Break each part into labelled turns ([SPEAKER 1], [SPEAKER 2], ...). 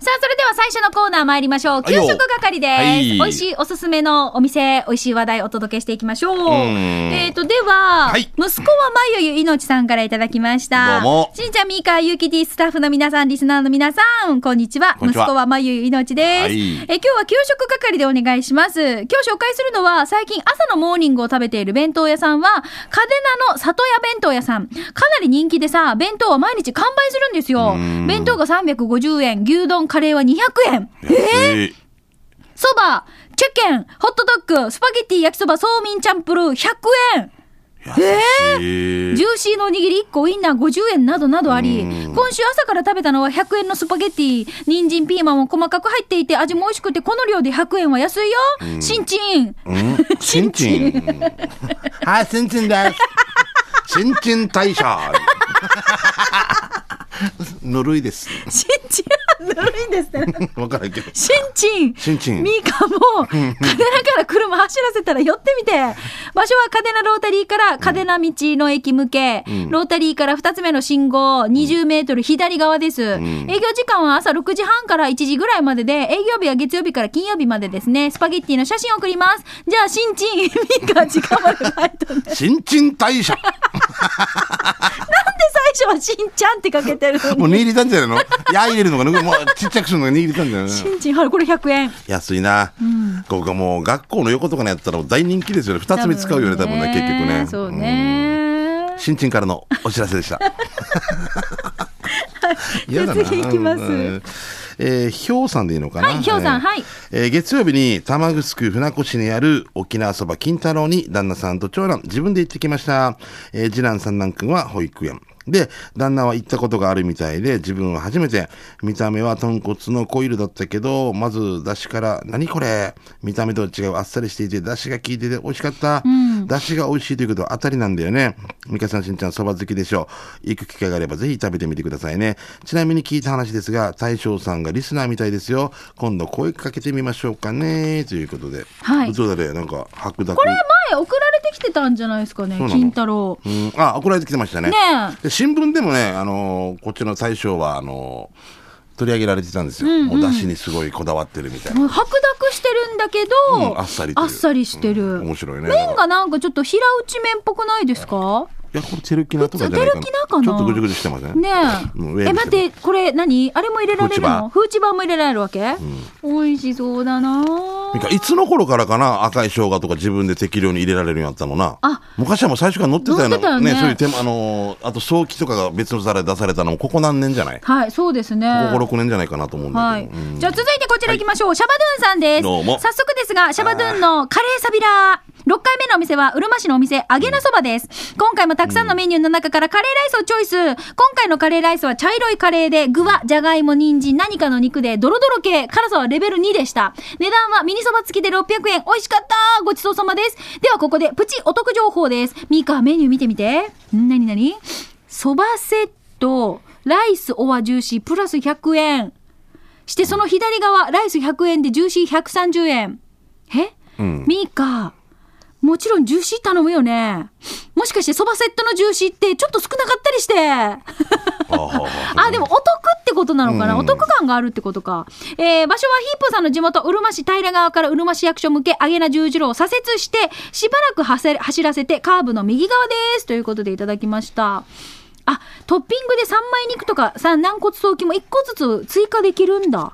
[SPEAKER 1] さあ、それでは最初のコーナー参りましょう。
[SPEAKER 2] はい
[SPEAKER 1] 給
[SPEAKER 2] よ
[SPEAKER 1] 食係です。
[SPEAKER 2] はい
[SPEAKER 1] 美味しいおすすめのお店、美味しい話題お届けしていきましょう。えっ、と、では、
[SPEAKER 2] はい
[SPEAKER 1] 息子はまゆゆいのちさんからいただきました。
[SPEAKER 2] どうも
[SPEAKER 1] しんちゃん、みーか、ゆうきてぃスタッフの皆さん、リスナーの皆さん、こんにちは。
[SPEAKER 2] こんにちは
[SPEAKER 1] 息子はまゆゆいのちです。
[SPEAKER 2] はい
[SPEAKER 1] えー今日は給食係でお願いします。今日紹介するのは、最近朝のモーニングを食べている弁当屋さんは、カデナの里屋弁当屋さん。かなり人気でさ、弁当は毎日完売するんですよ
[SPEAKER 2] うん。
[SPEAKER 1] 弁当が350円、牛丼、カレーは200円。
[SPEAKER 2] えー、
[SPEAKER 1] そば、チェケン、ホットドッグ、スパゲッティ、焼きそば、そうみんチャンプルー、100円。
[SPEAKER 2] 優しい
[SPEAKER 1] ジューシーのおにぎり1個ウインナー50円などなどあり、今週朝から食べたのは100円のスパゲッティ、人参ピーマンも細かく入っていて味も美味しくて、この量で100円は安いよ。しんちん。
[SPEAKER 2] うんちんちん。はい、ちんちんです。ちんちん大社。ぬるいです。
[SPEAKER 1] しんちん、ぬるいんですね。
[SPEAKER 2] わからんけど。
[SPEAKER 1] しんちん。
[SPEAKER 2] ちんちん
[SPEAKER 1] ミ。ーカも、カデナから車走らせたら寄ってみて。場所はカデナロータリーからカデナ道の駅向け、ロータリーから2つ目の信号、20メートル左側です。営業時間は朝6時半から1時ぐらいまでで、営業日は月曜日から金曜日までですね。スパゲッティの写真を送ります。じゃあ、しんちん、ミーカ時間までバイトね。
[SPEAKER 2] ちんちん大社。
[SPEAKER 1] 最初はしんちゃんってかけてるの
[SPEAKER 2] もう
[SPEAKER 1] に。
[SPEAKER 2] 握りたんじゃないの矢入れるのかなもうちっちゃくするのが握りたんじゃない
[SPEAKER 1] し
[SPEAKER 2] の
[SPEAKER 1] んちん、ほら、これ100円。
[SPEAKER 2] 安いな。ここがもう学校の横とかにあったら大人気ですよね。二つ目使うよね、多分ね、結局ね。
[SPEAKER 1] そうね。
[SPEAKER 2] 新陳からのお知らせでした。嫌だな
[SPEAKER 1] 次行きます
[SPEAKER 2] うんえー、ひょうさんでいいのかな。
[SPEAKER 1] はいひょうさん
[SPEAKER 2] えー
[SPEAKER 1] はい
[SPEAKER 2] えー月曜日に玉城船越にある沖縄そば金太郎に旦那さんと長男、自分で行ってきました。えー次男三男くんは保育園。で、旦那は行ったことがあるみたいで、自分は初めて、見た目は豚骨のコイルだったけど、まず、だしから、何これ見た目と違う、あっさりしていて、だしが効いてて美味しかった。だしが美味しいということは当たりなんだよね。ミカさん、しんちゃん、そば好きでしょう。行く機会があればぜひ食べてみてくださいね。ちなみに聞いた話ですが、大将さんがリスナーみたいですよ。今度声かけてみましょうかね。ということで。
[SPEAKER 1] はい
[SPEAKER 2] どうだねなんか、白濁。
[SPEAKER 1] 前送られてきてたんじゃないですかね
[SPEAKER 2] うなの
[SPEAKER 1] 金太郎
[SPEAKER 2] うん、あ、送られてきてましたね。
[SPEAKER 1] ねえ
[SPEAKER 2] で新聞でもね、あのーこっちの大将は、あのー取り上げられてたんですよ。もうだしにすごいこだわってるみたいな。
[SPEAKER 1] もう白濁してるんだけど、
[SPEAKER 2] うんあっさりという
[SPEAKER 1] あっさりしてる、
[SPEAKER 2] 面白いね。
[SPEAKER 1] 麺がなんかちょっと平打ち麺っぽくないですか
[SPEAKER 2] いや、これ、テルキナとかじゃないかな。
[SPEAKER 1] テルキナかな
[SPEAKER 2] ちょっとぐじゅぐじゅしてません
[SPEAKER 1] ねえ、
[SPEAKER 2] うんウェーブして
[SPEAKER 1] え待ってこれ何あれも入れられるのフーチバーも入れられるわけ、美味しそうだなあ
[SPEAKER 2] なんかいつの頃からかな、赤い生姜とか自分で適量に入れられるようになったのな。
[SPEAKER 1] あ
[SPEAKER 2] 昔はもう最初から乗ってたよ
[SPEAKER 1] 乗ってたよ
[SPEAKER 2] な。
[SPEAKER 1] ね
[SPEAKER 2] そういう手間、あのーあと、早期とかが別の皿で出されたのも、ここ何年じゃないこ
[SPEAKER 1] はいそうですね
[SPEAKER 2] こ5、6年じゃないかなと思うんだ
[SPEAKER 1] は
[SPEAKER 2] け
[SPEAKER 1] い
[SPEAKER 2] ど。うん。
[SPEAKER 1] じゃあ続いてこちら行きましょう。シャバドゥンさんです。
[SPEAKER 2] どうも
[SPEAKER 1] 早速ですが、シャバドゥンのカレーサビラー。6回目のお店は、うるま市のお店、揚げなそばです。今回もたくさんのメニューの中からカレーライスをチョイス。今回のカレーライスは茶色いカレーで、具はじゃがいも、人参、何かの肉で、ドロドロ系、辛さはレベル2でした。値段はミニそば付きで600円。美味しかったごちそうさまです。ではここで、プチお得情報です。ミーカ、メニュー見てみて。んなになにそばセット、ライスオアジューシー、プラス100円。して、その左側、ライス100円でジューシー130円。え、ミーカ、もちろんジューシー頼むよね。もしかして、そばセットのジューシーってちょっと少なかったりして。
[SPEAKER 2] あはは
[SPEAKER 1] あ、でもお得ってことなのかな、お得感があるってことか。えー場所はヒープーさんの地元、うるま市平川からうるま市役所向け、あげな十字路を左折して、しばらく走れ走らせて、カーブの右側です。ということでいただきました。あ、トッピングで3枚肉とか、さ、軟骨早期も1個ずつ追加できるんだ。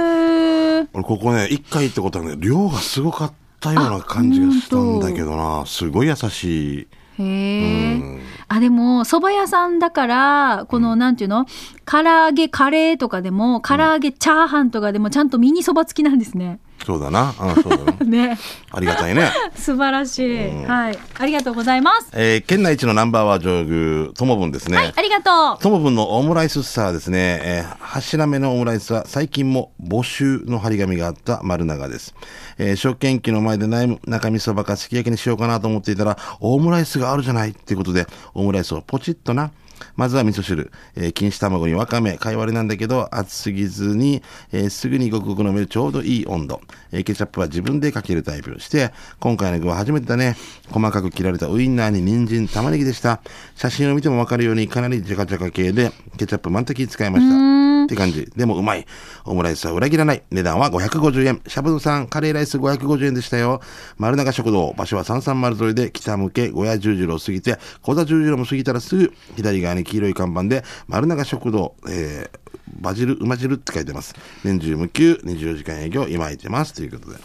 [SPEAKER 1] へー。
[SPEAKER 2] 俺、ここね、1回行ったことあるんだけど、量がすごかったような感じがしたんだけどな。すごい優しい。
[SPEAKER 1] へえ、あでも蕎麦屋さんだからこのなんていうの唐揚げカレーとかでも唐揚げチャーハンとかでもちゃんとミニ蕎麦付きなんですね。
[SPEAKER 2] そうだな。うん、そうだな
[SPEAKER 1] ね
[SPEAKER 2] ありがたいね。
[SPEAKER 1] 素晴らしい、はいありがとうございます。
[SPEAKER 2] えー県内一のナンバーワー上宮、ともぶんですね。
[SPEAKER 1] はいありがと
[SPEAKER 2] トモブンのオムライススターですね。えー、柱目のオムライスは最近も募集の張り紙があった丸長です。えー、食券機の前で悩む中身そばかすき焼きにしようかなと思っていたら、オムライスがあるじゃないっていうことで、オムライスをポチッとな。まずは味噌汁、えー錦糸卵にわかめ、貝割れなんだけど、熱すぎずに、えーすぐにごくごく飲めるちょうどいい温度。えーケチャップは自分でかけるタイプ。して、今回の具は初めてだね。細かく切られたウインナーに人参、玉ねぎでした。写真を見てもわかるように、かなりジャカジャカ系で、ケチャップ満滴使いました。って感じ。でもうまい。オムライスは裏切らない。値段は550円。シャブドさん、カレーライス550円でしたよ。丸中食堂、場所は330沿いで、北向け、小屋十字路を過ぎて、小田十字路も過ぎたらすぐ、左側に黄色い看板で、丸中食堂、えー、バジル、うま汁って書いてます。年中無休、24時間営業、今空いてます。ということで。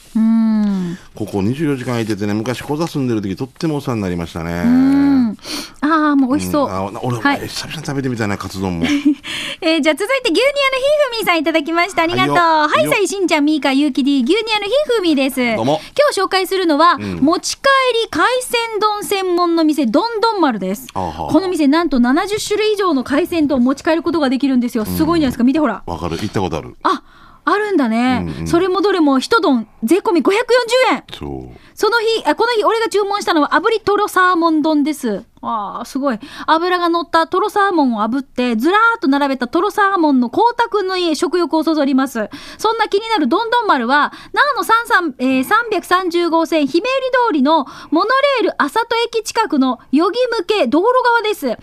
[SPEAKER 2] ここ24時間空いててね、昔小座住んでる時、とってもお世話になりましたね。うん
[SPEAKER 1] ああ、もう美味しそう。
[SPEAKER 2] あ俺、
[SPEAKER 1] はい。
[SPEAKER 2] 久々に食べてみたいな、カツ丼も。
[SPEAKER 1] えーじゃあ続いて牛乳屋のひーふみーさんいただきました。ありがとう。
[SPEAKER 2] は
[SPEAKER 1] はい
[SPEAKER 2] よ
[SPEAKER 1] い、さいしんちゃん、みーか、ゆうきり、牛乳屋のひーふみーです。
[SPEAKER 2] どうも
[SPEAKER 1] 今日紹介するのは、持ち帰り海鮮丼専門の店、どんどん丸です。
[SPEAKER 2] あはは
[SPEAKER 1] この店、なんと70種類以上の海鮮丼を持ち帰ることができるんですよ。すごいんじゃないですか。見てほら。
[SPEAKER 2] わかる行ったことある。
[SPEAKER 1] あ、あるんだね。
[SPEAKER 2] うんうん
[SPEAKER 1] それもどれも一丼、税込み540円。
[SPEAKER 2] そう。
[SPEAKER 1] その日、あこの日、俺が注文したのは炙りトロサーモン丼です。ああ、すごい。油が乗ったトロサーモンを炙って、ずらーっと並べたトロサーモンの光沢のいい食欲をそそります。そんな気になるどんどん丸は、長野三三えー330号線姫入通りのモノレール浅戸駅近くのよぎ向け道路側です。定休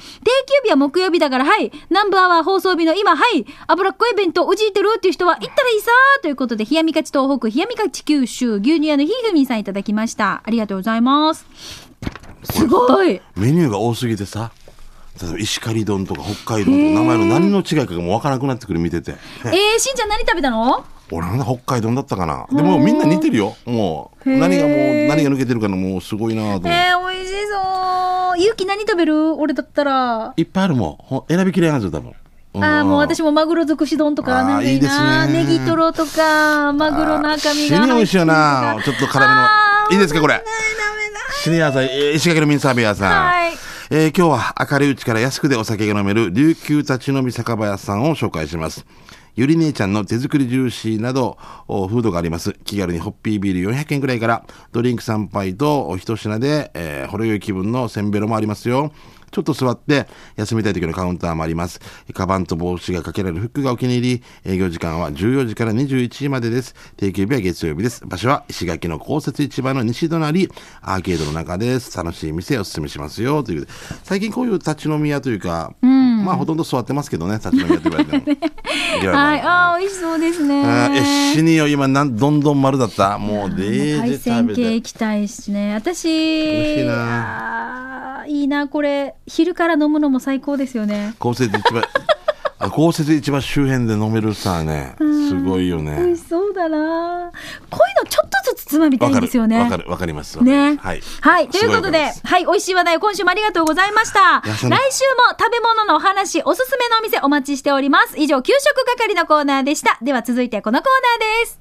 [SPEAKER 1] 日は木曜日だから、はい。南部アワー放送日の今、はい。脂っこい弁当、うじいてるっていう人は、行ったらいいさーということで、冷やみかち東北、冷やみかち九州、牛乳屋のひーふみんさんいただきました。ありがとうございます。すごい。
[SPEAKER 2] メニューが多すぎてさ、例えば石狩丼とか北海道
[SPEAKER 1] へ
[SPEAKER 2] の
[SPEAKER 1] ー
[SPEAKER 2] 名前の何の違いかがもうわからなくなってくる見てて。
[SPEAKER 1] えー、しんちゃん何食べたの
[SPEAKER 2] 俺なんだ北海道だったかな。でもみんな似てるよ。もう、
[SPEAKER 1] へー
[SPEAKER 2] 何がもう、何が抜けてるかのもうすごいなと思って。
[SPEAKER 1] えー、美味しそう。ゆうき何食べる俺だったら。
[SPEAKER 2] いっぱいあるもんほん。選びきれないぞ、多分。
[SPEAKER 1] あーもう私もマグロ尽くし丼とか
[SPEAKER 2] あー
[SPEAKER 1] なんかいいな
[SPEAKER 2] あーいいですね
[SPEAKER 1] ネギトロとかマグロの赤身が
[SPEAKER 2] 死に美味しいよな
[SPEAKER 1] 入って
[SPEAKER 2] ちょ
[SPEAKER 1] る
[SPEAKER 2] っ
[SPEAKER 1] と
[SPEAKER 2] と
[SPEAKER 1] か
[SPEAKER 2] 辛めの
[SPEAKER 1] あー
[SPEAKER 2] いいですかこれ
[SPEAKER 1] ダメだ
[SPEAKER 2] シニアさん、えー石垣のミンサービアさん。
[SPEAKER 1] はい
[SPEAKER 2] えー今日は明るいうちから安くでお酒が飲める琉球立ち飲み酒場屋さんを紹介します。ゆり姉ちゃんの手作りジューシーなど、おフードがあります。気軽にホッピービール400円くらいから、ドリンク3杯とお一品で、えー、ほろ酔い気分のせんべろもありますよ。ちょっと座って、休みたい時のカウンターもあります。カバンと帽子がかけられるフックがお気に入り、営業時間は14時から21時までです。定休日は月曜日です。場所は石垣の公設市場の西隣、アーケードの中です。楽しい店おすすめしますよ。ということで最近こういう立ち飲み屋というか、まあほとんど座ってますけどね、立ち飲み屋と言われ ても。いや
[SPEAKER 1] はい
[SPEAKER 2] まあ
[SPEAKER 1] あー美味しそうですね
[SPEAKER 2] あーえ、死によ、今、なんどんどん丸だった。もう、でー
[SPEAKER 1] 海
[SPEAKER 2] で食
[SPEAKER 1] 鮮
[SPEAKER 2] べ
[SPEAKER 1] 系
[SPEAKER 2] て
[SPEAKER 1] 行。きたいしね
[SPEAKER 2] 味しい
[SPEAKER 1] 私あーいいなこれ昼から飲むのも最高ですよね
[SPEAKER 2] 公設市場、あ、公設市場周辺で飲めるさね、すごいよね。
[SPEAKER 1] 美味しそうだなこういうのちょっとずつつまみたいんですよね
[SPEAKER 2] わかる、わかるわかります。
[SPEAKER 1] ね。
[SPEAKER 2] はい。
[SPEAKER 1] ということで、
[SPEAKER 2] す
[SPEAKER 1] はい、美味しい話題を今週もありがとうございました。来
[SPEAKER 2] いや
[SPEAKER 1] 週
[SPEAKER 2] そ
[SPEAKER 1] も
[SPEAKER 2] の
[SPEAKER 1] 食べ物のお話、おすすめのお店お待ちしております。以上、給食係のコーナーでした。では続いてこのコーナーです。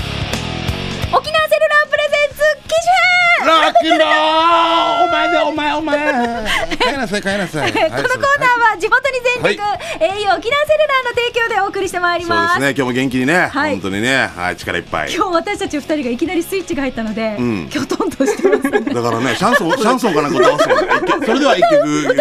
[SPEAKER 1] 沖縄セルラープレゼンツ、機種編
[SPEAKER 2] ごいわかるラックンロールお前だ、お前、お前。帰りなさい、帰りな さい。
[SPEAKER 1] このコーナーは地元に全力、au
[SPEAKER 2] は
[SPEAKER 1] 沖縄セルラーの提供でお送りしてまいり
[SPEAKER 2] そうで
[SPEAKER 1] ますす。
[SPEAKER 2] ね、今日も元気にね、
[SPEAKER 1] はい
[SPEAKER 2] 本当にね、はい、力いっぱい。
[SPEAKER 1] 今日私たち二人がいきなりスイッチが入ったので、
[SPEAKER 2] ん
[SPEAKER 1] きょとんとして ますね。
[SPEAKER 2] だからね、シャン ソン、シャンソンかなんか歌わせて。 それでは一曲、ね、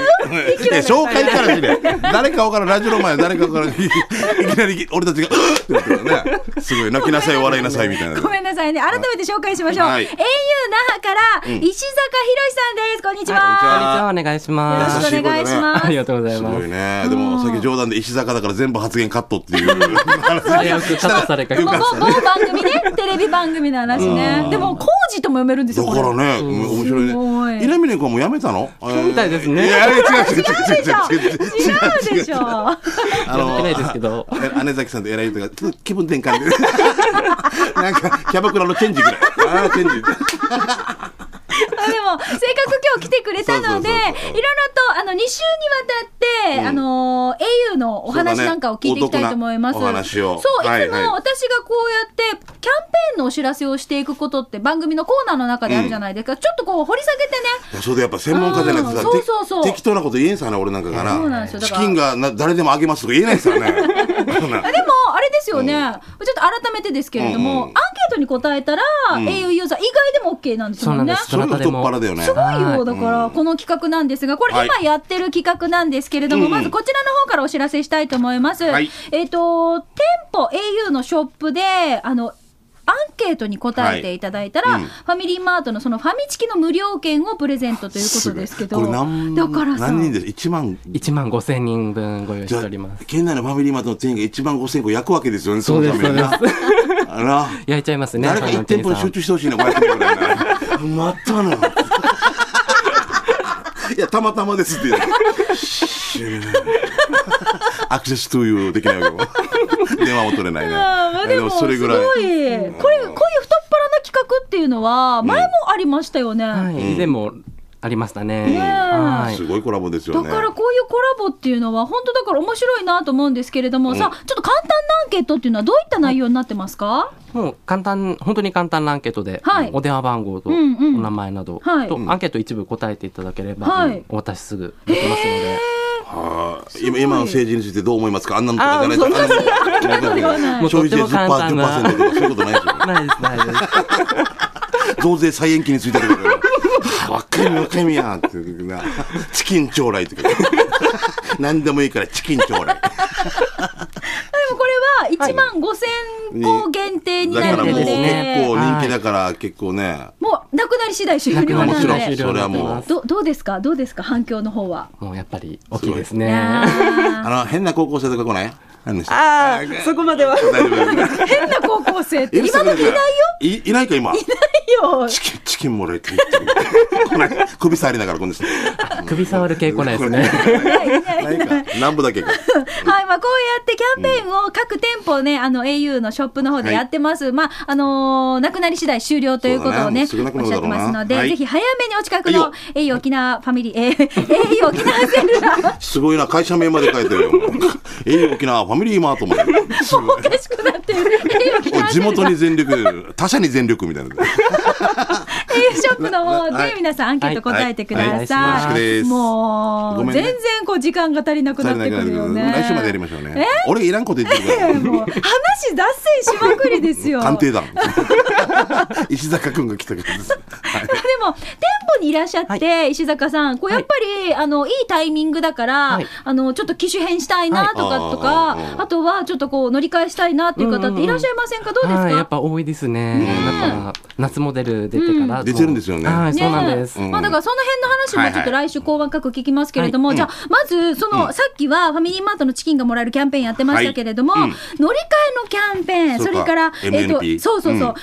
[SPEAKER 2] 紹介からしね、 誰かわからん、ラジオの前、誰か わからん、いきなり俺たちが、 うっってことだね、すごい、泣きなさい、笑いなさい、みた いな。
[SPEAKER 1] ごめんなさいね。改めて紹介しましょう。
[SPEAKER 2] はい
[SPEAKER 1] au 那覇から石坂宏さんです。こんにちは。
[SPEAKER 2] こんに
[SPEAKER 3] こんにちは、お願いし
[SPEAKER 1] よろ
[SPEAKER 3] ま
[SPEAKER 1] し
[SPEAKER 3] す。
[SPEAKER 1] くお願いします。
[SPEAKER 3] ありがとうござい
[SPEAKER 2] す
[SPEAKER 3] ま
[SPEAKER 2] ごい
[SPEAKER 3] す。
[SPEAKER 2] ね。でも、さっき冗談で石坂だから全部発言カットっていう話
[SPEAKER 3] よくカットされかけ
[SPEAKER 1] も
[SPEAKER 3] ま
[SPEAKER 1] う
[SPEAKER 3] した
[SPEAKER 1] 某某番組ね、テレビ番組の話ね。でも、工事とも読めるんです
[SPEAKER 2] だ
[SPEAKER 1] よ、こ
[SPEAKER 2] か
[SPEAKER 1] れ。
[SPEAKER 2] らね、面白い
[SPEAKER 1] すごい
[SPEAKER 2] ね。稲峰君はもうやめたのそう
[SPEAKER 3] みたいですね
[SPEAKER 2] いや、違う違う違
[SPEAKER 1] 違うでしょ
[SPEAKER 2] う違う
[SPEAKER 1] 違
[SPEAKER 2] 違う違う違う違う
[SPEAKER 1] うでしょ
[SPEAKER 2] あ
[SPEAKER 3] やってないですけ ど
[SPEAKER 2] あ姉崎さんと偉いとか、ちょっと気分転換で。なんか、キャバクラのチェンジぐらい。ああ、チェンジ。
[SPEAKER 1] あでも、せっかく今日来てくれたので、い
[SPEAKER 2] そ
[SPEAKER 1] ろ
[SPEAKER 2] うそうそうそう
[SPEAKER 1] いろと、あの、2週にわたって、で、あのー、au のお話なんかを聞いていきたいと思います。
[SPEAKER 2] そうだねお得なお話を
[SPEAKER 1] そう、いつも
[SPEAKER 2] は
[SPEAKER 1] 私
[SPEAKER 2] いはい
[SPEAKER 1] がこうやって、キャンペーンのお知らせをしていくことって番組のコーナーの中であるじゃないですか。ちょっとこう掘り下げてね、
[SPEAKER 2] いやそれでやっぱ専門家じゃないですか
[SPEAKER 1] うんそうそうそう
[SPEAKER 2] て適当なこと言えんすよね俺なんかが
[SPEAKER 1] そうなん
[SPEAKER 2] な
[SPEAKER 1] ですよだ
[SPEAKER 2] チ
[SPEAKER 1] から
[SPEAKER 2] キンがな誰でもあげますとか言えないですよねこんな
[SPEAKER 1] あでも、あれですよね、ちょっと改めてですけれども、
[SPEAKER 2] うんうん
[SPEAKER 1] アンケートに答えたら、au ユーザー以外でも OK なんです
[SPEAKER 3] そう
[SPEAKER 1] も
[SPEAKER 3] なんんで
[SPEAKER 1] ね。
[SPEAKER 3] す。
[SPEAKER 2] それも太っ腹だよね
[SPEAKER 1] すごい
[SPEAKER 3] は
[SPEAKER 1] よ、
[SPEAKER 3] い
[SPEAKER 1] だから、この企画なんですが、これ
[SPEAKER 2] はい
[SPEAKER 1] 今やってる企画なんですけれども、
[SPEAKER 2] うん
[SPEAKER 1] まずこちらの方からお知らせしたいと思います。
[SPEAKER 2] はい
[SPEAKER 1] えっ、と、店舗 au のショップで、あの、アンケートに答えていただいたら、
[SPEAKER 2] はいうん
[SPEAKER 1] ファミリーマートのそのファミチキの無料券をプレゼントということですけど、
[SPEAKER 2] ごいこれ何
[SPEAKER 1] だからさ、
[SPEAKER 2] 何人です1万
[SPEAKER 3] 1万5千人分ご用意
[SPEAKER 2] じ
[SPEAKER 3] し
[SPEAKER 2] ゃ
[SPEAKER 3] ており
[SPEAKER 2] あ
[SPEAKER 3] ます。
[SPEAKER 2] 県内のファミリーマートの店員が1万5000個焼くわけですよねそのためにな
[SPEAKER 3] そうで
[SPEAKER 2] あら
[SPEAKER 3] 焼いちゃいますね。
[SPEAKER 2] 誰か1店舗に集中してほしいな、500人ぐらいな。またな。 いや、たまたまですって言うの。知らないアクセストゥーユーできないわけも。電話も取れないね。
[SPEAKER 1] うんでも、すごい。これ、こういう太っ腹な企画っていうのは、前もありましたよね。
[SPEAKER 3] はい。以前もありましたね。
[SPEAKER 1] え
[SPEAKER 3] はい。
[SPEAKER 2] すごいコラボですよ
[SPEAKER 1] だ
[SPEAKER 2] ね。
[SPEAKER 1] からこういうコラボっていうのは、本当だから面白いなと思うんですけれども、さあ、ちょっと簡単なアンケートっていうのは、どういった内容になってますか、
[SPEAKER 3] もう簡単、本当に簡単なアンケートで、
[SPEAKER 1] はい
[SPEAKER 3] お電話番号とお
[SPEAKER 1] うんうん
[SPEAKER 3] 名前など、
[SPEAKER 1] はい
[SPEAKER 3] とアンケート一部答えていただければ、
[SPEAKER 1] はい
[SPEAKER 3] お渡しすぐできますので、
[SPEAKER 2] はい
[SPEAKER 1] ご
[SPEAKER 2] 今
[SPEAKER 1] い
[SPEAKER 2] 今の政治についてどう思いますかあんなのとかじゃない
[SPEAKER 3] あー
[SPEAKER 2] ですか。あんなの
[SPEAKER 1] とかではない
[SPEAKER 2] もう消費税10%
[SPEAKER 3] もうとっても簡
[SPEAKER 2] 10%と
[SPEAKER 3] 単な
[SPEAKER 2] かそういうことないですよ。
[SPEAKER 3] ないです、ないです。
[SPEAKER 2] 増税再延期についてるから。若い若いやんっていうな。チキン将来とか。何でもいいからチキン将来。
[SPEAKER 1] でもこれは1万5000個限定に
[SPEAKER 2] だ
[SPEAKER 1] な
[SPEAKER 2] から
[SPEAKER 1] る
[SPEAKER 2] も
[SPEAKER 1] の
[SPEAKER 2] う
[SPEAKER 1] で、
[SPEAKER 2] 結
[SPEAKER 3] 限定ですね
[SPEAKER 2] 構人気だから結構ね。
[SPEAKER 1] もうなくなり次第終了な
[SPEAKER 2] も
[SPEAKER 1] の
[SPEAKER 2] ちろん
[SPEAKER 1] で、
[SPEAKER 2] それはもう。
[SPEAKER 1] どどうですか、どうですか、反響の方は。
[SPEAKER 3] もうやっぱり大きいです
[SPEAKER 1] い
[SPEAKER 3] ね。
[SPEAKER 1] やー
[SPEAKER 2] あの変な高校生とか来ないあの人
[SPEAKER 4] ああ、そこまでは。
[SPEAKER 2] 大丈夫大丈夫
[SPEAKER 1] 変な高校生って、
[SPEAKER 2] 許して
[SPEAKER 1] 今
[SPEAKER 2] く
[SPEAKER 1] の
[SPEAKER 2] れ
[SPEAKER 1] 時い
[SPEAKER 2] る
[SPEAKER 1] ないよ。
[SPEAKER 2] いいないか今 チキンチキンもらえていいってこない首触りながらこんな人
[SPEAKER 3] 首触る系来ないですね。
[SPEAKER 2] ないか南部だけか
[SPEAKER 1] はい、まあ、こうやってキャンペーンを各店舗ね、あの au のショップの方でやってます。まあ、あのーなくなり次第終了ということをね、
[SPEAKER 2] そうだねも
[SPEAKER 1] おっ
[SPEAKER 2] う少
[SPEAKER 1] しゃって
[SPEAKER 2] なくなるだろうな
[SPEAKER 1] ますので、
[SPEAKER 2] はい
[SPEAKER 1] ぜひ早めにお近く
[SPEAKER 2] は
[SPEAKER 1] の au 沖縄ファミリー、えー、au 沖縄セルラー、
[SPEAKER 2] すごいな会社名まで書いてるよええ沖縄ファミリーマートまで
[SPEAKER 1] おかしくなってる。au 沖縄
[SPEAKER 2] お
[SPEAKER 1] セ
[SPEAKER 2] 地
[SPEAKER 1] ルラー、
[SPEAKER 2] 元に全力他社に全力みたいな
[SPEAKER 1] au ショップの方
[SPEAKER 2] は
[SPEAKER 1] で
[SPEAKER 2] い
[SPEAKER 1] 皆さんアンケート答えてくだ
[SPEAKER 3] はい
[SPEAKER 1] さ
[SPEAKER 2] はい
[SPEAKER 1] い。
[SPEAKER 2] はい
[SPEAKER 1] も
[SPEAKER 2] ご
[SPEAKER 1] う、
[SPEAKER 2] めん
[SPEAKER 1] 全
[SPEAKER 2] ね
[SPEAKER 1] 然こう時間が足りなくなってくるよね。
[SPEAKER 2] 来週までやりましょうね俺いらんこと言ってるから
[SPEAKER 1] えもう話脱線しまくりですよ。
[SPEAKER 2] 探偵団 石坂君が来たからですは
[SPEAKER 1] で
[SPEAKER 2] い
[SPEAKER 1] も店舗にいらっしゃって、石坂さんこうやっぱり、い、あのいいタイミングだから、
[SPEAKER 3] はい
[SPEAKER 1] あのちょっと機種変したいなとか、
[SPEAKER 2] はい
[SPEAKER 1] とか
[SPEAKER 2] あーあー
[SPEAKER 1] あとはちょっとこう乗り換えしたいなっていう
[SPEAKER 3] うん
[SPEAKER 1] 方
[SPEAKER 3] う
[SPEAKER 1] っ
[SPEAKER 3] んう
[SPEAKER 1] て
[SPEAKER 3] ん
[SPEAKER 1] いらっしゃいませんか、どうです
[SPEAKER 3] はい、やっ
[SPEAKER 1] か
[SPEAKER 3] ぱ多いですね。だから、夏モデル出てから、
[SPEAKER 2] うん出てるんですよね
[SPEAKER 3] はい、そうなんで
[SPEAKER 1] ね
[SPEAKER 3] す。
[SPEAKER 1] えまあ、だからその辺の話もちょっと来週後半各聞きますけれども、
[SPEAKER 2] はい
[SPEAKER 1] じゃあまずその、さっきはファミリーマートのチキンがもらえるキャンペーンやってましたけれども、
[SPEAKER 2] はいうん
[SPEAKER 1] 乗り換えのキャンペーン
[SPEAKER 2] そ
[SPEAKER 1] そう
[SPEAKER 2] か
[SPEAKER 1] れから、えっ
[SPEAKER 2] MNP
[SPEAKER 1] とそうそうそう、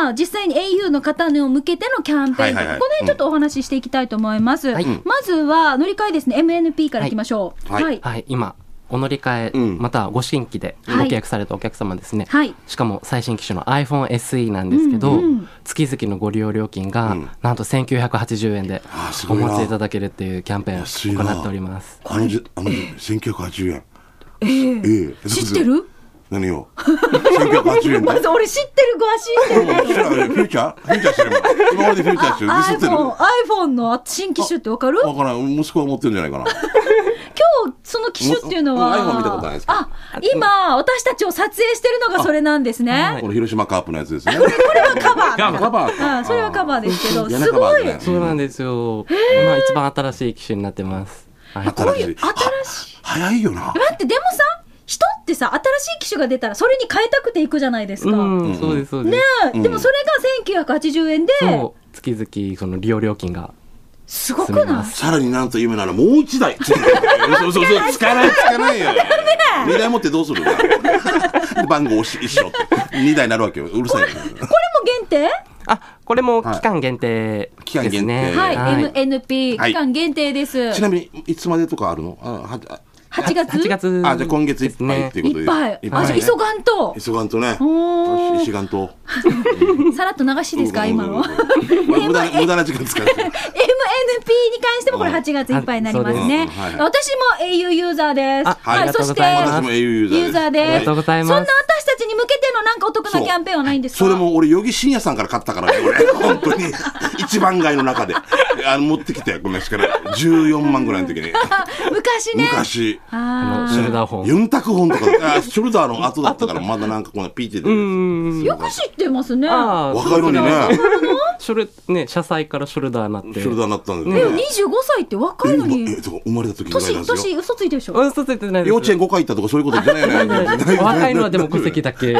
[SPEAKER 1] 今実際に au の方に向けてのキャンペーンと、
[SPEAKER 2] はいはいはい
[SPEAKER 1] この辺ちょっとお話ししていきたいと思います、
[SPEAKER 3] はい
[SPEAKER 1] まずは乗り換えですね MNP からいきましょう
[SPEAKER 2] はい
[SPEAKER 1] はい
[SPEAKER 3] はい、今、お乗り換え、
[SPEAKER 2] うん
[SPEAKER 3] またはご新規で
[SPEAKER 1] はい
[SPEAKER 3] ご契約されたお客様ですね。
[SPEAKER 1] はい
[SPEAKER 3] しかも最新機種の iPhone SE なんですけど、
[SPEAKER 1] うんうん
[SPEAKER 3] 月々のご利用料金
[SPEAKER 2] う
[SPEAKER 3] が
[SPEAKER 2] ん
[SPEAKER 3] なんと1980円で
[SPEAKER 2] あーす
[SPEAKER 3] お
[SPEAKER 2] ごいな
[SPEAKER 3] 持ちいただけるっていうキャンペ
[SPEAKER 2] 安
[SPEAKER 3] ー
[SPEAKER 2] い
[SPEAKER 3] ンを
[SPEAKER 2] な
[SPEAKER 3] 行っております。
[SPEAKER 2] あのじあの1980円
[SPEAKER 1] えー
[SPEAKER 2] ええ
[SPEAKER 1] 知ってる
[SPEAKER 2] 何を ?1980 円だ
[SPEAKER 1] まず俺知ってる子は知 ってる
[SPEAKER 2] フューチャーフューチャーしてるもん今までフューチャーしてる。嘘ついてる
[SPEAKER 1] iPhone, iPhone の新機種ってわかる
[SPEAKER 2] わからん。息子が持ってるんじゃないかな。
[SPEAKER 1] 今日その機種っていうのは、
[SPEAKER 2] もうん iPhone 見たことないですか
[SPEAKER 1] あ今私たちを撮影してるのがそれなんです
[SPEAKER 3] は
[SPEAKER 1] ね。
[SPEAKER 3] い
[SPEAKER 2] この広島カープのやつですね。
[SPEAKER 1] これはカバー。
[SPEAKER 2] カバー
[SPEAKER 1] あ
[SPEAKER 2] か。
[SPEAKER 1] それはカバーですけど、
[SPEAKER 2] あ
[SPEAKER 1] すごい。
[SPEAKER 3] そうなんですよ。今一番新しい機種になってます。はい
[SPEAKER 2] あこう
[SPEAKER 1] こういう新しい。
[SPEAKER 2] 早いよな。
[SPEAKER 1] 待ってでもさ、人ってさ新しい機種が出たらそれに変えたくていくじゃないですか。
[SPEAKER 3] うん、そうです、そうです。
[SPEAKER 1] ねえでもそれが1980円で、
[SPEAKER 3] そう、月々その利用料金が。
[SPEAKER 1] すごく
[SPEAKER 3] すみ
[SPEAKER 1] な
[SPEAKER 3] ま
[SPEAKER 1] い
[SPEAKER 3] せん
[SPEAKER 2] さらになんと夢ならもう一 台。嘘嘘嘘つかないつかないよ。二台持ってどうす る番号一緒って。二台になるわけよ。うるさ いよ。
[SPEAKER 1] これも限定
[SPEAKER 3] あ、これも期間限定ですね。
[SPEAKER 2] 期間限定
[SPEAKER 1] はい、
[SPEAKER 2] は
[SPEAKER 1] MNP
[SPEAKER 2] はい
[SPEAKER 1] 期間限定です。
[SPEAKER 2] ちなみに、いつまでとかあるのあは
[SPEAKER 1] 8月
[SPEAKER 3] 8月
[SPEAKER 2] あ、じゃあ今月いっ
[SPEAKER 3] です
[SPEAKER 2] ぱい
[SPEAKER 3] ね
[SPEAKER 2] っていうこと
[SPEAKER 1] い
[SPEAKER 2] で。
[SPEAKER 1] っぱい。あ、じゃあ
[SPEAKER 2] ね
[SPEAKER 1] 急がんと。
[SPEAKER 2] 急がんとね。
[SPEAKER 1] おー
[SPEAKER 2] 石岩と。
[SPEAKER 1] さらっと流しですか、今 の。
[SPEAKER 2] うん
[SPEAKER 1] MNP
[SPEAKER 2] これ無 駄な無駄な時間 使 って。
[SPEAKER 1] に関してもこれ8月いっぱいになりますね。
[SPEAKER 2] あそうですうんはい
[SPEAKER 1] 私も au ユーザーです。
[SPEAKER 3] あ
[SPEAKER 2] ありが
[SPEAKER 1] そ
[SPEAKER 3] とう
[SPEAKER 1] し
[SPEAKER 3] ご
[SPEAKER 1] て、
[SPEAKER 3] ざいます
[SPEAKER 2] 私も au ユーザーです。
[SPEAKER 1] ユーザーです
[SPEAKER 3] ありがとうござい
[SPEAKER 1] そんな
[SPEAKER 3] ます。
[SPEAKER 1] 私たちに向けてのなんかお得な
[SPEAKER 2] そう
[SPEAKER 1] キャンペーンはないんですか
[SPEAKER 2] それも俺、ヨギ深夜さんから買ったからね、 俺。本当に。一番街の中で。あの、持ってきたよ、ごめん、しかない。14万ぐらいの時 に。
[SPEAKER 1] あ昔ね。
[SPEAKER 2] 昔。
[SPEAKER 1] あ
[SPEAKER 3] あの
[SPEAKER 1] ー
[SPEAKER 3] ショルダーホン。
[SPEAKER 2] ユンタク本と か、あショルダーの後だったから、まだなんかこのピーチで。
[SPEAKER 3] うん。
[SPEAKER 1] よく知ってますね。
[SPEAKER 3] ああ、
[SPEAKER 2] 若いのにね、
[SPEAKER 3] ショル、ね、車載からショルダーになって。
[SPEAKER 2] ショルダーになったんだ
[SPEAKER 1] で
[SPEAKER 2] よ
[SPEAKER 1] も
[SPEAKER 2] ね。
[SPEAKER 1] 25歳って若
[SPEAKER 2] え
[SPEAKER 1] いの
[SPEAKER 2] 今え
[SPEAKER 1] に。
[SPEAKER 2] そう生まれた時ぐらいな
[SPEAKER 1] 年、
[SPEAKER 2] んですよ。
[SPEAKER 1] 年嘘ついてるでしょ。
[SPEAKER 3] うん、嘘ついてないです。
[SPEAKER 2] 幼稚園5回行ったとかそういうことじゃないよね。
[SPEAKER 3] お 若いのはでも戸籍だけ。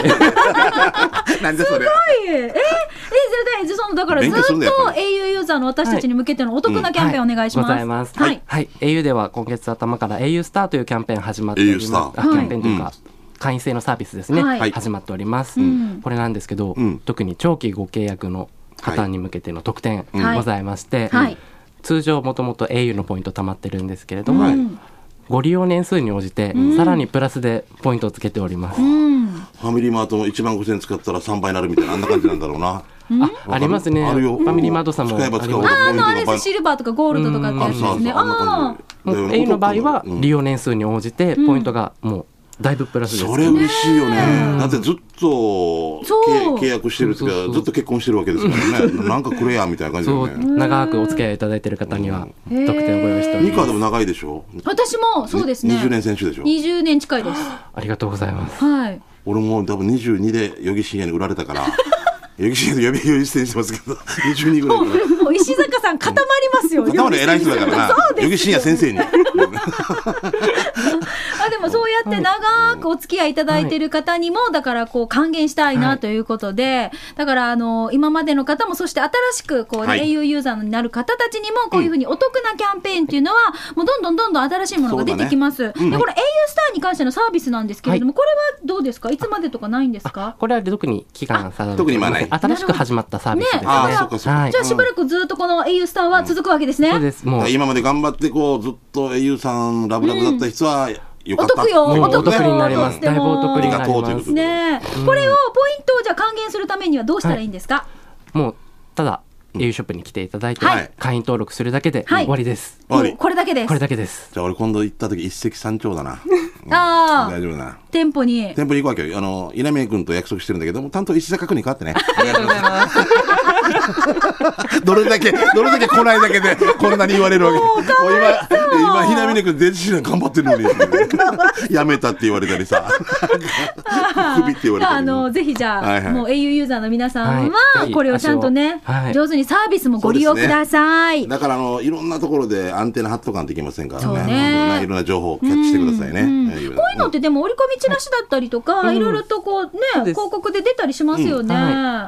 [SPEAKER 2] なんでそれ。
[SPEAKER 1] はい。え、え、絶対、その、だからずっ
[SPEAKER 2] 勉
[SPEAKER 1] と
[SPEAKER 2] 強するんだやっぱ
[SPEAKER 1] au ユーザーの私たちに向けてのお得なキャンペーンお願いします。
[SPEAKER 3] ございます。
[SPEAKER 1] は
[SPEAKER 3] はいい。。はい。au では今月頭から au スターというキャンペーン始まっております。
[SPEAKER 2] au スター
[SPEAKER 3] あキャンペーンというか、
[SPEAKER 2] はい
[SPEAKER 3] 会員制のサービスですね。
[SPEAKER 1] はい
[SPEAKER 2] はい
[SPEAKER 3] 始まっております。
[SPEAKER 1] ん
[SPEAKER 3] これなんですけど、
[SPEAKER 2] うん
[SPEAKER 3] 特に長期ご契約の方に向けての特典
[SPEAKER 1] はい
[SPEAKER 3] ございまして、
[SPEAKER 1] はい
[SPEAKER 3] 通常もともと au のポイント貯まってるんですけれども、
[SPEAKER 2] はい
[SPEAKER 1] うん
[SPEAKER 3] ご利用年数に応じて、さらにプラスでポイントをつけております。
[SPEAKER 1] うん。
[SPEAKER 2] ファミリーマートの1万5000円使ったら3倍になるみたいな、あんな感じなんだろうな。
[SPEAKER 3] あ、ありますね。
[SPEAKER 2] あるよ
[SPEAKER 3] ファミリーマートさんもあ
[SPEAKER 2] 使え
[SPEAKER 3] り
[SPEAKER 2] ば
[SPEAKER 3] ます
[SPEAKER 2] 使うほど
[SPEAKER 1] あの、あれです、シルバーとかゴールドとかってやつですね。
[SPEAKER 2] あんな
[SPEAKER 1] あ
[SPEAKER 2] 感
[SPEAKER 1] あ。
[SPEAKER 2] じだよね
[SPEAKER 3] A の場合は
[SPEAKER 2] うん
[SPEAKER 3] 利用年数に応じてポイントがもうだいぶプラスです、
[SPEAKER 2] それ嬉しいよね。だってずっと
[SPEAKER 1] そう
[SPEAKER 2] け契約してるっていう
[SPEAKER 3] そうそう
[SPEAKER 2] か、
[SPEAKER 3] そう
[SPEAKER 2] ずっと結婚してるわけですからね。なんかくれや、みたいな感じだ
[SPEAKER 3] そ
[SPEAKER 2] よ
[SPEAKER 3] う
[SPEAKER 2] ね。
[SPEAKER 3] 長くお付き合いいただいている方には
[SPEAKER 1] う
[SPEAKER 3] 特
[SPEAKER 1] ん
[SPEAKER 3] 典をご用意しており
[SPEAKER 2] ミ
[SPEAKER 3] ま
[SPEAKER 2] カ
[SPEAKER 3] す
[SPEAKER 2] でも長いでしょ
[SPEAKER 1] 私も、そうですね。
[SPEAKER 2] 20年選手でしょ
[SPEAKER 1] 20年近いです。
[SPEAKER 3] ありがとうございます
[SPEAKER 1] はい。
[SPEAKER 2] 俺も多分22でヨギ深夜に売られた から、ヨギ深夜で呼び呼び出演してますけど、22ぐらいから。
[SPEAKER 1] もう石坂さん固まります よ。
[SPEAKER 2] 頭の偉い人だからな。ヨギ深夜先生に。
[SPEAKER 1] あでもそうやって長くお付き合いいただいてる方にも、だからこう還元したいなということで、だからあの今までの方もそして新しくこう、ね
[SPEAKER 2] はい
[SPEAKER 1] au ユーザーになる方たちにもこういうふうにお得なキャンペーンっていうのは、もうどんどんどんどん新しいものが出てきます、
[SPEAKER 2] うん
[SPEAKER 1] でこれ au スターに関してのサービスなんですけれども、これはどうですかいつまでとかないんですか
[SPEAKER 3] これは特に期間定めて
[SPEAKER 2] 特に今はない
[SPEAKER 3] 新しく始まったサービスですね
[SPEAKER 1] ねあー
[SPEAKER 2] そうかそうか
[SPEAKER 3] はい
[SPEAKER 1] じゃあしばらくずっとこの au スターは続くわけですね、
[SPEAKER 3] そうですもう
[SPEAKER 2] 今まで頑張ってこう、ずっと英雄さん、ラブラブだった人は、よか
[SPEAKER 1] お
[SPEAKER 2] った
[SPEAKER 1] 得よ
[SPEAKER 2] という
[SPEAKER 1] お
[SPEAKER 3] もうお
[SPEAKER 1] 得
[SPEAKER 3] 得
[SPEAKER 1] よ
[SPEAKER 3] になります
[SPEAKER 1] とって
[SPEAKER 3] だいぶ
[SPEAKER 1] も
[SPEAKER 3] お得にな
[SPEAKER 2] ありがとうという
[SPEAKER 3] り
[SPEAKER 2] こ
[SPEAKER 3] ま
[SPEAKER 2] とで
[SPEAKER 3] す
[SPEAKER 1] ねえ、これをポイントをじゃあ還元するためにはどうしたらいいんですか、
[SPEAKER 3] もうただ au ショップに来ていただいて、
[SPEAKER 2] はい
[SPEAKER 3] 会員登録するだけで
[SPEAKER 1] はい
[SPEAKER 3] 終わりです、
[SPEAKER 2] 終わり
[SPEAKER 1] もうこれだけです
[SPEAKER 3] これだけです
[SPEAKER 2] じゃあ俺今度行った時一石三鳥だな。
[SPEAKER 1] ああ
[SPEAKER 2] 大丈夫だな。
[SPEAKER 1] 店舗に
[SPEAKER 2] 店舗に行くわけよ。あの、稲宮君と約束してるんだけども、担当石坂君に変わってね。
[SPEAKER 3] ありがとうございます
[SPEAKER 2] どれだけ、どれだけ来ないだけで、こんなに言われるわけ。もう今、今、ひなみねくん、電子支援頑張ってるのに。やめたって言われたりさ。クビって言われ
[SPEAKER 1] あ
[SPEAKER 2] たりね。
[SPEAKER 1] のぜひじゃあ、
[SPEAKER 2] はいはい
[SPEAKER 1] もう au ユーザーの皆さん
[SPEAKER 3] は
[SPEAKER 1] はいこれをちゃんとね、
[SPEAKER 3] はい
[SPEAKER 1] 上手にサービスもご利用ください。
[SPEAKER 2] だから、あの、いろんなところでアンテナ張っとかんといけませんからね。
[SPEAKER 1] そうね
[SPEAKER 2] いろんないろんな情報をキャッチしてくださいね。
[SPEAKER 1] うん
[SPEAKER 2] はい
[SPEAKER 1] こういうのってでも折り込みチラシだったりとか、いろいろとこうね
[SPEAKER 3] そうです
[SPEAKER 1] 広告で出たりしますよね。
[SPEAKER 3] う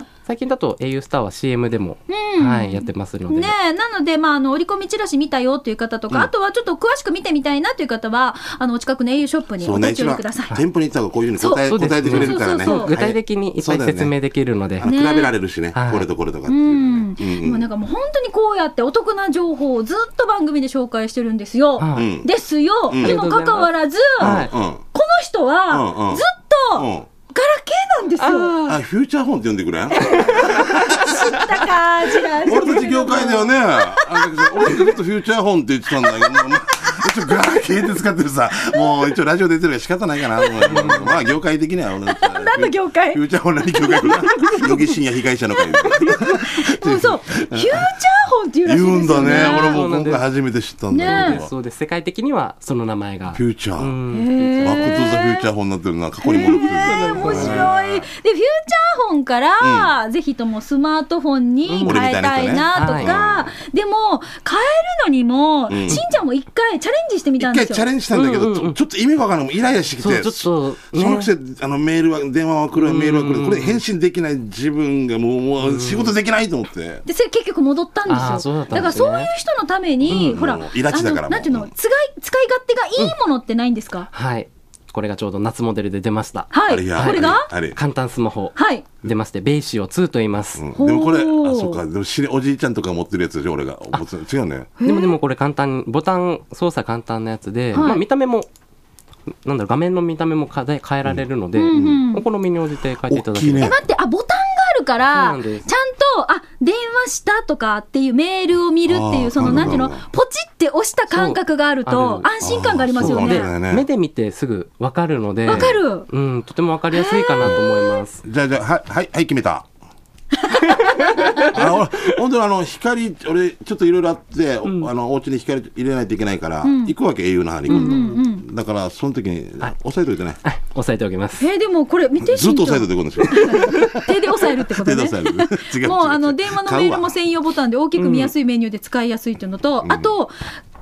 [SPEAKER 3] ん最近だと au スターは CM でも、
[SPEAKER 1] うん
[SPEAKER 3] はい、やってますので、
[SPEAKER 1] ねえなので、まあ、あの折り込みチラシ見たよという方とか、あとはちょっと詳しく見てみたいなという方はあのお近くの au ショップに
[SPEAKER 2] そ
[SPEAKER 1] お
[SPEAKER 2] うね、
[SPEAKER 1] 立ち寄
[SPEAKER 2] 一
[SPEAKER 1] り
[SPEAKER 2] 番
[SPEAKER 1] ください。
[SPEAKER 2] 店舗に行った方がこういうふうに答え
[SPEAKER 3] そうそう
[SPEAKER 2] 答えてくれるからね
[SPEAKER 1] そうそうそう。
[SPEAKER 3] 具体的にいっぱい説明できるので、
[SPEAKER 2] あの
[SPEAKER 1] ね
[SPEAKER 2] 比べられるしね、
[SPEAKER 3] はい
[SPEAKER 2] これとこれとかって
[SPEAKER 1] う
[SPEAKER 2] いうの
[SPEAKER 1] ん、
[SPEAKER 2] ね
[SPEAKER 1] でもなんかもう本当にこうやってお得な情報をずっと番組で紹介してるんですよ。
[SPEAKER 3] は
[SPEAKER 2] う
[SPEAKER 3] い
[SPEAKER 2] ん
[SPEAKER 1] ですよ、
[SPEAKER 2] うん
[SPEAKER 1] にもかかわらず、
[SPEAKER 3] はい
[SPEAKER 2] うん
[SPEAKER 1] この人
[SPEAKER 2] うんう
[SPEAKER 1] は
[SPEAKER 2] ん
[SPEAKER 1] ずっ
[SPEAKER 2] う
[SPEAKER 1] と
[SPEAKER 2] ん
[SPEAKER 1] ガラケーなんですよ。
[SPEAKER 2] あ、フューチャーホンって呼んでくれん
[SPEAKER 1] だから知らん
[SPEAKER 2] 俺たち業界ではね、あの俺ずっとフューチャーホンって言ってたんだけど、もう一応ガラケーで使ってるさ、もう一応ラジオ出てるから仕方ないかな。もうまあ業界的には俺たちは。
[SPEAKER 1] 何の業界
[SPEAKER 2] フューチャーホン何業界かな。ヨギ深夜被害者の会で
[SPEAKER 1] でも そう、フューチャーホンっていうらしい
[SPEAKER 2] 言
[SPEAKER 1] ん
[SPEAKER 2] う
[SPEAKER 1] で
[SPEAKER 2] ん
[SPEAKER 1] すよね。
[SPEAKER 2] だね。俺も
[SPEAKER 3] そうな
[SPEAKER 2] 今
[SPEAKER 3] んで
[SPEAKER 2] 回
[SPEAKER 3] す
[SPEAKER 2] 初めて知ったん
[SPEAKER 1] ね
[SPEAKER 2] だよ
[SPEAKER 1] え
[SPEAKER 2] 僕は
[SPEAKER 3] そうです世界的にはその名前が
[SPEAKER 2] フューチャ
[SPEAKER 3] う
[SPEAKER 2] ー。
[SPEAKER 3] ん
[SPEAKER 2] バックトゥザフューチャーホンになってるな。過去に戻ってる。
[SPEAKER 1] 面白い。で、フューチャーホンから、ぜひともスマートフォンに変えたいなと
[SPEAKER 3] うん
[SPEAKER 1] か、でも、変えるのにも、
[SPEAKER 2] ん
[SPEAKER 1] しんちゃんも一回チャレンジしてみたん
[SPEAKER 2] 一
[SPEAKER 1] で
[SPEAKER 2] 回
[SPEAKER 1] す
[SPEAKER 2] チ
[SPEAKER 1] よ。
[SPEAKER 2] ャレンジしたんだけ
[SPEAKER 3] う
[SPEAKER 2] ど、
[SPEAKER 3] ん
[SPEAKER 2] ち
[SPEAKER 3] うんう
[SPEAKER 2] ょ
[SPEAKER 3] ん
[SPEAKER 2] ちょっと意味がわからない。イライラしてき
[SPEAKER 3] そう
[SPEAKER 2] て。
[SPEAKER 3] ちょっとね
[SPEAKER 2] そのくせ、あの、メールは、電話は来る、メールは来る。これ返信できない自分がもう、もう仕事できないと思って。
[SPEAKER 1] で、それ結局戻ったんです
[SPEAKER 3] あ
[SPEAKER 1] よ。
[SPEAKER 3] ーそうだった
[SPEAKER 1] か
[SPEAKER 3] ん
[SPEAKER 1] ら
[SPEAKER 3] ですね
[SPEAKER 1] そういう人のために、
[SPEAKER 2] うん
[SPEAKER 1] ほら、
[SPEAKER 2] もういらちだから
[SPEAKER 1] あの
[SPEAKER 2] もう
[SPEAKER 1] なんていうの、使い、使い勝手がいいものってないんですか、
[SPEAKER 3] はいこれがちょうど夏モデルで出ました
[SPEAKER 1] は
[SPEAKER 2] あれ
[SPEAKER 1] い。
[SPEAKER 2] や
[SPEAKER 1] これが
[SPEAKER 2] あれ。あれ
[SPEAKER 3] 簡単スマホ
[SPEAKER 1] はい。
[SPEAKER 3] 出ましてベイシオ2と言います
[SPEAKER 2] うん
[SPEAKER 1] ほう
[SPEAKER 2] でもこれ、あ、そっか。でも知り、おじいちゃんとか持ってるやつでしょ、俺が。持つ違うね。
[SPEAKER 3] でもでもこれ簡単にボタン操作簡単なやつで
[SPEAKER 1] はい
[SPEAKER 3] まあ見た目もなんだろう画面の見た目も変え変えられるので、
[SPEAKER 1] うんうん
[SPEAKER 3] お好みに応じて変えていただけ
[SPEAKER 2] 大きい
[SPEAKER 3] る
[SPEAKER 2] ね
[SPEAKER 1] え、待って、あ、ボタンがあるから、
[SPEAKER 3] そうなん
[SPEAKER 1] ちゃん
[SPEAKER 3] です
[SPEAKER 1] と、あ、電話したとかっていうメールを見るってい
[SPEAKER 2] あー
[SPEAKER 1] う、その、
[SPEAKER 2] な
[SPEAKER 1] なん
[SPEAKER 2] るほ
[SPEAKER 1] てい
[SPEAKER 2] ど
[SPEAKER 1] うの、ポチって押した感覚がある
[SPEAKER 3] そうあ
[SPEAKER 1] と、
[SPEAKER 3] る
[SPEAKER 1] 安心感がありますよ
[SPEAKER 2] あーそう
[SPEAKER 1] ね。
[SPEAKER 2] なんだ
[SPEAKER 1] わ、
[SPEAKER 2] よね
[SPEAKER 3] 目で見てすぐ分かるので
[SPEAKER 1] かる。
[SPEAKER 3] うん、とても分かりやすいかなと思います。
[SPEAKER 2] じゃあじゃあはいはいはい決 めたあ俺本当にあの光俺ちょっといろいろあって、おあのお家に光入れないといけないから、行くわけ英雄の針、だからその時に押さえといてね、
[SPEAKER 3] はい、押さえておきます。
[SPEAKER 1] えーでもこれ見て
[SPEAKER 2] ずっと押さえとい
[SPEAKER 1] て
[SPEAKER 2] てこんですよ
[SPEAKER 1] 手で押さえるってこと
[SPEAKER 2] 手で
[SPEAKER 1] ね
[SPEAKER 2] 押さえる違う
[SPEAKER 1] もうあ
[SPEAKER 2] 違
[SPEAKER 1] の
[SPEAKER 2] 違
[SPEAKER 1] 電話のメールも
[SPEAKER 2] 買
[SPEAKER 1] 専用ボタンで大きく見やすいメニューで使いやすいっていうのと、あと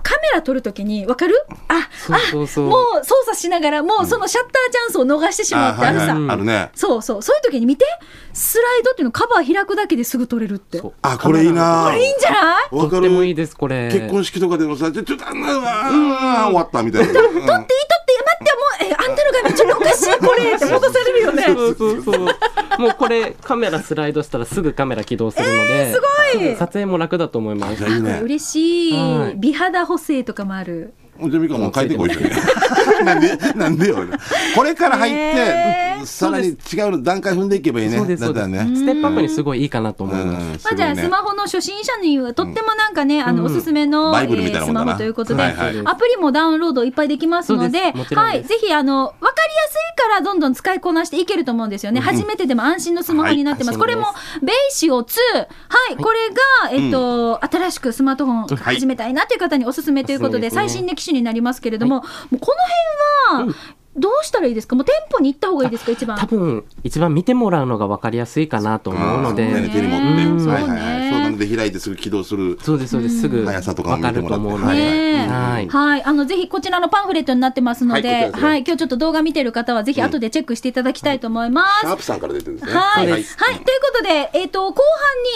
[SPEAKER 1] カメラ撮るときにわかるあ
[SPEAKER 3] そうそうそう
[SPEAKER 1] あもう操作しながらもうそのシャッターチャンスを逃してし
[SPEAKER 2] うわ
[SPEAKER 1] まうってある
[SPEAKER 2] あ,、
[SPEAKER 1] さ、
[SPEAKER 2] はいはい、あるね
[SPEAKER 1] そうそうそういう時に見てスライドっていうのカバー開くだけですぐ撮れるって
[SPEAKER 3] そう
[SPEAKER 2] あこれいいな
[SPEAKER 1] これいいんじゃない
[SPEAKER 2] わ
[SPEAKER 3] と
[SPEAKER 2] か
[SPEAKER 3] っても
[SPEAKER 2] る
[SPEAKER 3] いいです、これ。
[SPEAKER 2] 結婚式とかでもさちょちょっとあんなうわー終わったみたいな、うん
[SPEAKER 1] 撮っていい撮って待ってもうえあんたの画面ちょっとおかしいこれって戻されるよね
[SPEAKER 3] そうそうそう。もうこれ、カメラスライドしたらすぐカメラ起動するので、
[SPEAKER 1] すごい
[SPEAKER 3] 撮影も楽だと思いま
[SPEAKER 2] じ
[SPEAKER 3] す
[SPEAKER 2] ゃあ。いい
[SPEAKER 1] これ
[SPEAKER 2] ね
[SPEAKER 1] 嬉し
[SPEAKER 3] はいい
[SPEAKER 1] 美肌補正とかもある
[SPEAKER 2] じゃあみかもう変えてこい一緒に なんでなんでよこれから入って、
[SPEAKER 1] へー
[SPEAKER 2] さらに違うの段階踏んでいけばいいね
[SPEAKER 3] そうです、
[SPEAKER 2] だ
[SPEAKER 3] そう
[SPEAKER 2] った
[SPEAKER 3] です。
[SPEAKER 2] らね
[SPEAKER 3] ステップアップにすごいいいかなと思います。
[SPEAKER 2] うん
[SPEAKER 1] まあ、じゃあスマホの初心者にはとってもなんかね、あのおすすめの、
[SPEAKER 2] バイブルみたい
[SPEAKER 1] ス
[SPEAKER 2] なもんだ
[SPEAKER 1] マ
[SPEAKER 2] な
[SPEAKER 1] ホということで、
[SPEAKER 2] はいはい
[SPEAKER 1] アプリもダウンロードいっぱいできますので
[SPEAKER 3] そうですもちろん
[SPEAKER 1] は
[SPEAKER 3] です
[SPEAKER 1] い、ぜひあの分かりやすいからどんどん使いこなしていけると思うんですよね、初めてでも安心のスマホになってます、
[SPEAKER 3] はい
[SPEAKER 1] これもベイシオ2、はいこれが、えっと新しくスマートフォン
[SPEAKER 2] はい
[SPEAKER 1] 始めたいなという方におすすめということで、
[SPEAKER 3] おすすめ
[SPEAKER 1] 最
[SPEAKER 3] ですね
[SPEAKER 1] 新の機種になりますけれども,、もうこの辺はどうしたらいいですかもう店舗に行った方がいいですか一番
[SPEAKER 3] 多分、一番見てもらうのが分かりやすいかなと思うの
[SPEAKER 2] あーそう
[SPEAKER 3] で
[SPEAKER 2] ね、手に持って、
[SPEAKER 3] うん
[SPEAKER 2] はいはい
[SPEAKER 1] そう
[SPEAKER 2] は
[SPEAKER 1] ね
[SPEAKER 2] いそうなので開いてすぐ起動する
[SPEAKER 3] そうです、そうです。すぐ
[SPEAKER 2] 速さとかも見
[SPEAKER 3] 分か
[SPEAKER 2] て
[SPEAKER 3] る
[SPEAKER 2] もらって
[SPEAKER 3] と思うの
[SPEAKER 2] はい
[SPEAKER 3] で。
[SPEAKER 1] ねえ
[SPEAKER 3] はい
[SPEAKER 1] はい、あのぜひこちらのパンフレットになってますので、はい
[SPEAKER 2] はこ
[SPEAKER 1] い
[SPEAKER 2] ちらですね
[SPEAKER 1] 今日ちょっと動画見てる方はぜひ後でチェックしていただきたいと思いま
[SPEAKER 2] シ
[SPEAKER 1] す。
[SPEAKER 2] ャープさんから出てるんですね
[SPEAKER 1] はい、
[SPEAKER 2] は
[SPEAKER 1] はいい、ということで、えっ、と、後半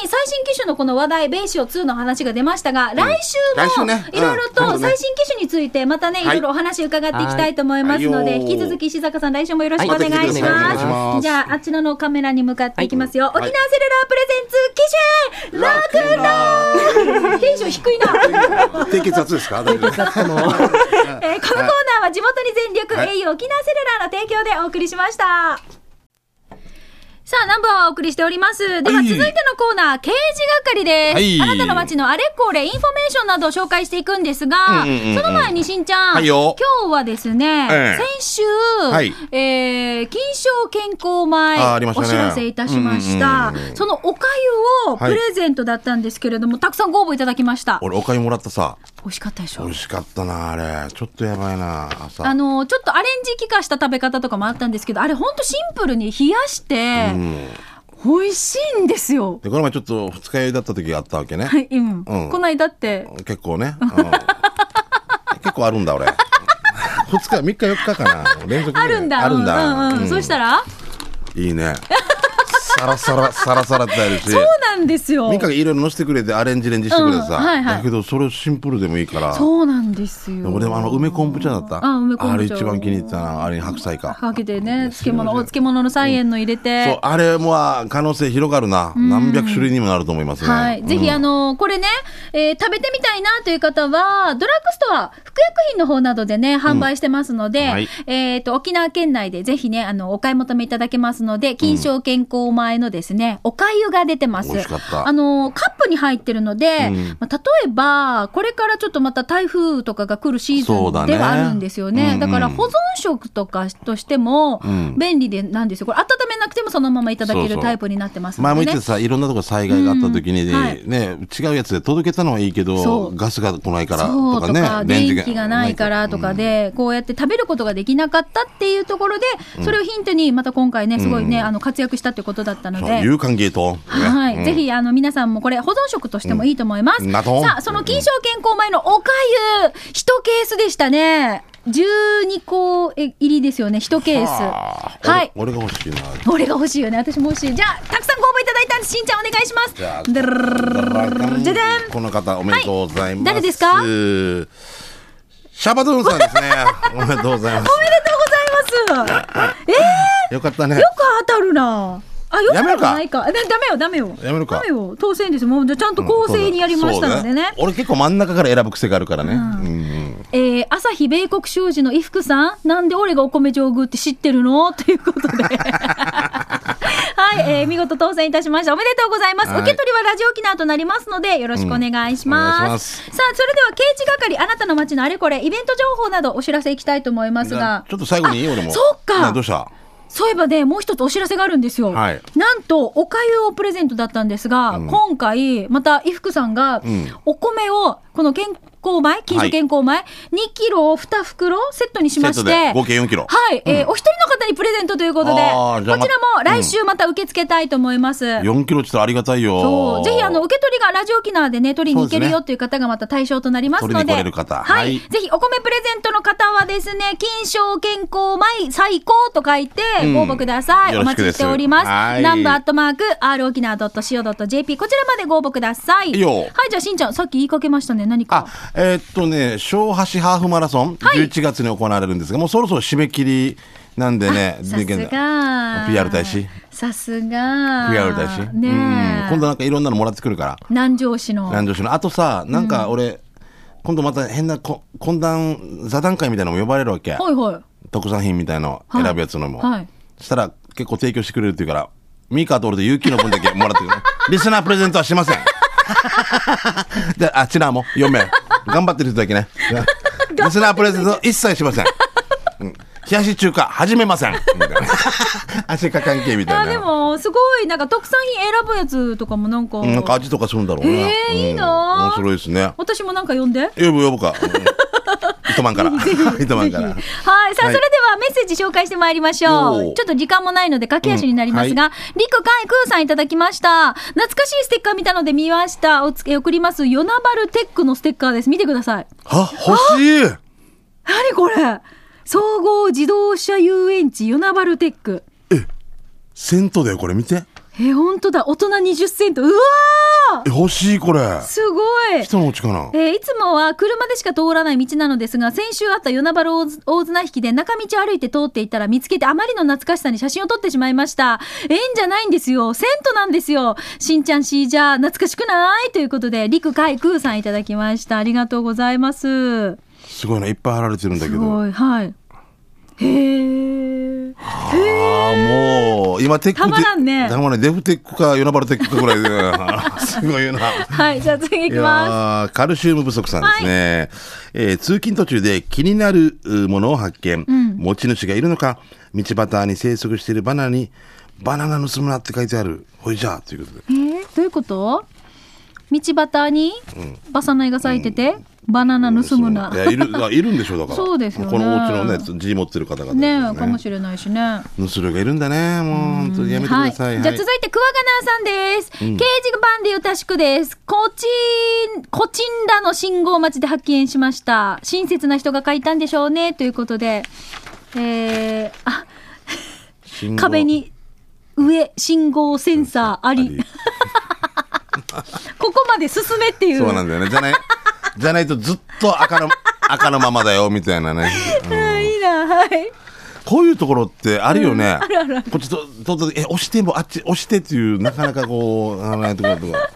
[SPEAKER 1] に最新機種のこの話題、ベーシオ2の話が出ましたが、来週
[SPEAKER 2] 来週
[SPEAKER 1] も
[SPEAKER 2] ねうん
[SPEAKER 1] いろいろ
[SPEAKER 2] 今度
[SPEAKER 1] と
[SPEAKER 2] ね
[SPEAKER 1] 最新機種について、またね、い
[SPEAKER 2] は
[SPEAKER 1] ろ
[SPEAKER 2] い
[SPEAKER 1] いろお話伺っていきたいと思いますので、
[SPEAKER 2] はいはいよー
[SPEAKER 1] 引き続き石坂さん、来週もよろしくお
[SPEAKER 3] はい
[SPEAKER 1] 願いし
[SPEAKER 3] お願いし
[SPEAKER 1] ま
[SPEAKER 2] ます
[SPEAKER 1] す。じゃあ、あちらのカメラに向かっていきますよ。
[SPEAKER 2] はい
[SPEAKER 1] 沖縄セルラープレゼンツ機種、ロックンロールテンション 低いな。
[SPEAKER 2] 低血圧ですか大丈夫です
[SPEAKER 1] えーこのコーナーは地元に全力
[SPEAKER 2] はい
[SPEAKER 1] au 沖縄セルラーの提供でお送りしました。さあ、ナンバーはお送りしております。では、
[SPEAKER 2] はい
[SPEAKER 1] 続いてのコーナー、刑事係です。
[SPEAKER 2] はい
[SPEAKER 1] あなたの街のあれこれ、インフォメーションなどを紹介していくんですが、
[SPEAKER 2] うんうんうんうん
[SPEAKER 1] その前にしんちゃん、
[SPEAKER 2] はい
[SPEAKER 1] 今
[SPEAKER 2] よ
[SPEAKER 1] 日はですね、
[SPEAKER 2] ええ
[SPEAKER 1] 先週、
[SPEAKER 2] はい
[SPEAKER 1] えー金賞健康米、
[SPEAKER 2] あありました
[SPEAKER 1] お
[SPEAKER 2] ね
[SPEAKER 1] 知らせいたしました、
[SPEAKER 2] うんうんうんうん
[SPEAKER 1] そのおかゆをプレゼントだったんですけれども、たくさんご応募いただきました。
[SPEAKER 2] 俺お粥もらったさ
[SPEAKER 1] 美味しかったでしょ
[SPEAKER 2] 美味しかったなあれちょっとやばいな朝
[SPEAKER 1] あのちょっとアレンジ効かした食べ方とかもあったんですけどあれほんとシンプルに冷やして
[SPEAKER 2] うん
[SPEAKER 1] 美味しいんですよ、
[SPEAKER 2] でこの前ちょっと二日酔いだった時があったわけね
[SPEAKER 1] はいうん
[SPEAKER 2] うん
[SPEAKER 1] こないだって
[SPEAKER 2] 結構ね、うん結構あるんだ俺2日3日4日かな連続で
[SPEAKER 1] あるんだ
[SPEAKER 2] あるんだ、
[SPEAKER 1] うんうんうん
[SPEAKER 2] うん
[SPEAKER 1] そうしたら
[SPEAKER 2] いいねサラサラサラサラってあるし
[SPEAKER 1] そうなんですよ
[SPEAKER 2] ミカがいろいろ載せてくれてアレンジレンジしてくれてさ、
[SPEAKER 1] うんはいはい
[SPEAKER 2] だけどそれシンプルでもいいから
[SPEAKER 1] そうなんですよ
[SPEAKER 2] 俺もあの梅昆布茶だった
[SPEAKER 1] あ梅昆布茶
[SPEAKER 2] れ一番気に入ったなあれに白菜か
[SPEAKER 1] かけてね漬物お漬物の菜園の入れて、
[SPEAKER 2] そうあれも可能性広がるな、何百種類にもなると思いますね、
[SPEAKER 1] はい。ぜひ、あのこれね、えー食べてみたいなという方は、ドラッグストア、服薬品の方などでね、販売してますので、
[SPEAKER 2] はい
[SPEAKER 1] えっ、と、沖縄県内でぜひね、あの、お買い求めいただけますので、金賞健康前のですね、おかゆが出てます。
[SPEAKER 2] 美味しかった
[SPEAKER 1] あのカップに入ってるので、
[SPEAKER 2] うん
[SPEAKER 1] まあ、例えば、これからちょっとまた台風とかが来るシーズ
[SPEAKER 2] そうだ
[SPEAKER 1] ン
[SPEAKER 2] ね
[SPEAKER 1] ではあるんですよ
[SPEAKER 2] うん
[SPEAKER 1] ね。
[SPEAKER 2] うん
[SPEAKER 1] だから、保存食とかとしても
[SPEAKER 2] うん、
[SPEAKER 1] 便利でなんですよ。これ、温めなくてもそのままいただけ
[SPEAKER 2] そう
[SPEAKER 1] る
[SPEAKER 2] そう
[SPEAKER 1] タイプになってますの
[SPEAKER 2] 前
[SPEAKER 1] で、
[SPEAKER 2] も
[SPEAKER 1] ね。
[SPEAKER 2] 言ってたさ、いろんなとこ災害があった時に、
[SPEAKER 1] うんはい
[SPEAKER 2] ね、違うやつで届けたのはいいけ
[SPEAKER 1] そ
[SPEAKER 2] ど、
[SPEAKER 1] う
[SPEAKER 2] ガスが来ないから
[SPEAKER 1] そう
[SPEAKER 2] と
[SPEAKER 1] と
[SPEAKER 2] か
[SPEAKER 1] か
[SPEAKER 2] ね、
[SPEAKER 1] 電気がないからとか
[SPEAKER 2] うん
[SPEAKER 1] で、こうやって食べることができなかったっていうところで、それをヒントにまた今回ね、すごいね、あの活躍したってことだったの
[SPEAKER 2] そう
[SPEAKER 1] で。
[SPEAKER 2] 有感ゲート。ね
[SPEAKER 1] はい、
[SPEAKER 2] うん
[SPEAKER 1] ぜひあの皆さんもこれ保存食としてもいいと思います。
[SPEAKER 2] うんなと
[SPEAKER 1] さあ、その金賞健康米のおかゆ、一ケースでしたね。12個入りですよね、一ケース。
[SPEAKER 2] はあ
[SPEAKER 1] はい。
[SPEAKER 2] 俺俺が欲しいな。
[SPEAKER 1] 俺が欲しいよね、私も欲しい。じゃあ、たくさんご応募いただいたんで、しんちゃんお願いします。
[SPEAKER 2] じゃあ
[SPEAKER 1] じゃじゃじゃん
[SPEAKER 2] この方、おめでとうございます。
[SPEAKER 1] 誰ですか
[SPEAKER 2] シャバドゥンさんです ね。おめでとうございます。
[SPEAKER 1] おめでとうございます。えー
[SPEAKER 2] よかったね
[SPEAKER 1] よ。く当たるな。当あ、よく
[SPEAKER 2] やめるか
[SPEAKER 1] ないか。あなダメよ、ダメよ。
[SPEAKER 2] やめるか
[SPEAKER 1] ダメよ。当選です。もう、じゃあちゃんと公正にやりましたのでね。
[SPEAKER 2] 俺結構真ん中から選ぶ癖があるからね。うんうん
[SPEAKER 1] えー、朝日米国商事の伊福さん、なんで俺がお米上宮って知ってるのということ で。はい、えー、見事当選いたしました。おめでとうございます。
[SPEAKER 2] はい
[SPEAKER 1] 受け取りはラジオ沖縄となりますので、よろしくお願いし
[SPEAKER 2] うんお願いし
[SPEAKER 1] ま。
[SPEAKER 2] ますす
[SPEAKER 1] さあ、それでは刑事係、あなたの街のあれこれ、イベント情報などお知らせいきたいと思いますが
[SPEAKER 2] な。ちょっと最後にいい
[SPEAKER 1] あ
[SPEAKER 2] 俺も。
[SPEAKER 1] そうか
[SPEAKER 2] な。どうした
[SPEAKER 1] そういえばね、もう一つお知らせがあるんですよ。
[SPEAKER 2] はい
[SPEAKER 1] なんと、おかゆをプレゼントだったんですが、
[SPEAKER 2] ん
[SPEAKER 1] 今回、また、伊福さんが
[SPEAKER 2] ん、
[SPEAKER 1] お米を、この健康米、近所健康米、2キロを2袋セットにしまし
[SPEAKER 2] セッ
[SPEAKER 1] て、
[SPEAKER 2] トで合計4キロ
[SPEAKER 1] はい、えーお一人の方にプレゼントということで、
[SPEAKER 2] あ
[SPEAKER 1] こ
[SPEAKER 2] ー
[SPEAKER 1] ち
[SPEAKER 2] じ
[SPEAKER 1] ら
[SPEAKER 2] ゃあ
[SPEAKER 1] も
[SPEAKER 2] ま
[SPEAKER 1] 来週また受け付けたいと思います。
[SPEAKER 2] ?4 キロちょっとありがたいよ。
[SPEAKER 1] そうぜひあの受け取りがラジオ沖縄でね取りに行ける
[SPEAKER 2] そうです
[SPEAKER 1] よ
[SPEAKER 2] ね
[SPEAKER 1] という方がまた対象となりますので、
[SPEAKER 2] 取りに来れる方
[SPEAKER 1] はい、
[SPEAKER 2] はい
[SPEAKER 1] ぜひお米プレゼントの方はですね金賞健康米最高と書いてご応募ください、
[SPEAKER 2] うん
[SPEAKER 1] お待ちしておりま
[SPEAKER 2] よろしくです
[SPEAKER 1] す
[SPEAKER 2] はい
[SPEAKER 1] 南部アットマーク r 沖縄 .co.jp こちらまでご応募ください
[SPEAKER 2] いいよ
[SPEAKER 1] はいじゃあしんちゃんさっき言いかけましたね何か
[SPEAKER 2] あ、えーっとね、小橋ハーフマラソン、
[SPEAKER 1] はい
[SPEAKER 2] 11月に行われるんですが、もうそろそろ締め切りなんでね、
[SPEAKER 1] さす
[SPEAKER 2] で
[SPEAKER 1] が
[SPEAKER 2] PR 大使
[SPEAKER 1] さすが
[SPEAKER 2] PR 大使、
[SPEAKER 1] ねえ
[SPEAKER 2] うん今度なんかいろんなのもらってくるから。
[SPEAKER 1] 南城市の
[SPEAKER 2] 南城市の。あとさ、なんか俺、今度また変なこ懇談、座談会みたいなのも呼ばれるわけ。
[SPEAKER 1] ほいほい
[SPEAKER 2] 特産品みたいの
[SPEAKER 1] はい
[SPEAKER 2] 選ぶやつのも。
[SPEAKER 1] はい
[SPEAKER 2] したら結構提供してくれるっていうから、ミカと俺とユキの分だけもらってくる。リスナープレゼントはしません。で、あちらも4名。頑張ってる人だ けね。リスナープレゼント一切しません。うん冷やし中華始めま せん。みたいな足か関係みた
[SPEAKER 1] あ
[SPEAKER 2] いな。
[SPEAKER 1] でもすごいなんか特産品選ぶやつとかもなんか、
[SPEAKER 2] うんなんか味とかするんだろうね。
[SPEAKER 1] えーいい
[SPEAKER 2] うん
[SPEAKER 1] な
[SPEAKER 2] 面白いですね。
[SPEAKER 1] 私もなんか読んで。
[SPEAKER 2] 呼ぶ呼 ぶか。うん糸満から。糸満から。
[SPEAKER 1] はい。さあ、
[SPEAKER 2] はい
[SPEAKER 1] それではメッセージ紹介してまいりましょう。
[SPEAKER 2] よー
[SPEAKER 1] ちょっと時間もないので、駆け足になりますが、りくかいくーさんいただきました。懐かしいステッカー見たので見ました。おつけ送ります。ヨナバルテックのステッカーです。見てください。
[SPEAKER 2] は、欲しい
[SPEAKER 1] 何これ総合自動車遊園地ヨナバルテック。
[SPEAKER 2] 銭湯だよ、これ見て。
[SPEAKER 1] え、本当だ。大人20セント。うわ
[SPEAKER 2] え欲しい、これ
[SPEAKER 1] ー。すごい。
[SPEAKER 2] 人のうちかな。
[SPEAKER 1] えーいつもは車でしか通らない道なのですが、先週あった与那原大津大綱引きで中道を歩いて通っていたら見つけてあまりの懐かしさに写真を撮ってしまいました。縁じゃないんですよ。銭湯なんですよ。しんちゃんしーじゃ懐かしくないということで、りくかいくーさんいただきました。ありがとうございます。
[SPEAKER 2] すごいな、いっぱい貼られてるんだけ
[SPEAKER 1] す
[SPEAKER 2] ど。
[SPEAKER 1] ごい。はい。へえ。
[SPEAKER 2] ああ、もう、今、テック
[SPEAKER 1] たまらんね
[SPEAKER 2] たまらんデフテックか、ヨナバルテックかぐらい で。すごいよな。
[SPEAKER 1] はい、じゃあ次行
[SPEAKER 2] い
[SPEAKER 1] きま。
[SPEAKER 2] やーカルシウム不足さんですね、えー通勤途中で気になるうものを発見、持ち主がいるのか道端に生息しているバナナに「バナナ盗むな」って書いてあるほいじゃあということです
[SPEAKER 1] えー、どういうこと道端にバサナイが咲いてて、バナナ盗むな。
[SPEAKER 2] いやいるあいるんでしょうだから
[SPEAKER 1] そうですよね
[SPEAKER 2] このお家のね G 持ってる方々です
[SPEAKER 1] ね
[SPEAKER 2] よ
[SPEAKER 1] え、かもしれないしね。
[SPEAKER 2] 盗るがいるんだねもう本当にやめてください、
[SPEAKER 1] じゃあ続いてクワガナーさんです、刑事版でよたしくですコチンコチンラの信号待ちで発見しました親切な人が書いたんでしょうねということでえー、あ
[SPEAKER 2] 信号
[SPEAKER 1] 壁に上信号センサーあり ここまで進めっていう
[SPEAKER 2] そうなんだよねじゃないじゃないとずっと赤の赤のままだよみたいなね、うん
[SPEAKER 1] うん いいなはい
[SPEAKER 2] こういうところってあるよね。
[SPEAKER 1] あるあるある
[SPEAKER 2] こっちと、と、と、え、押しても、あっち、押してっていう、なかなかこう、ならないところとか。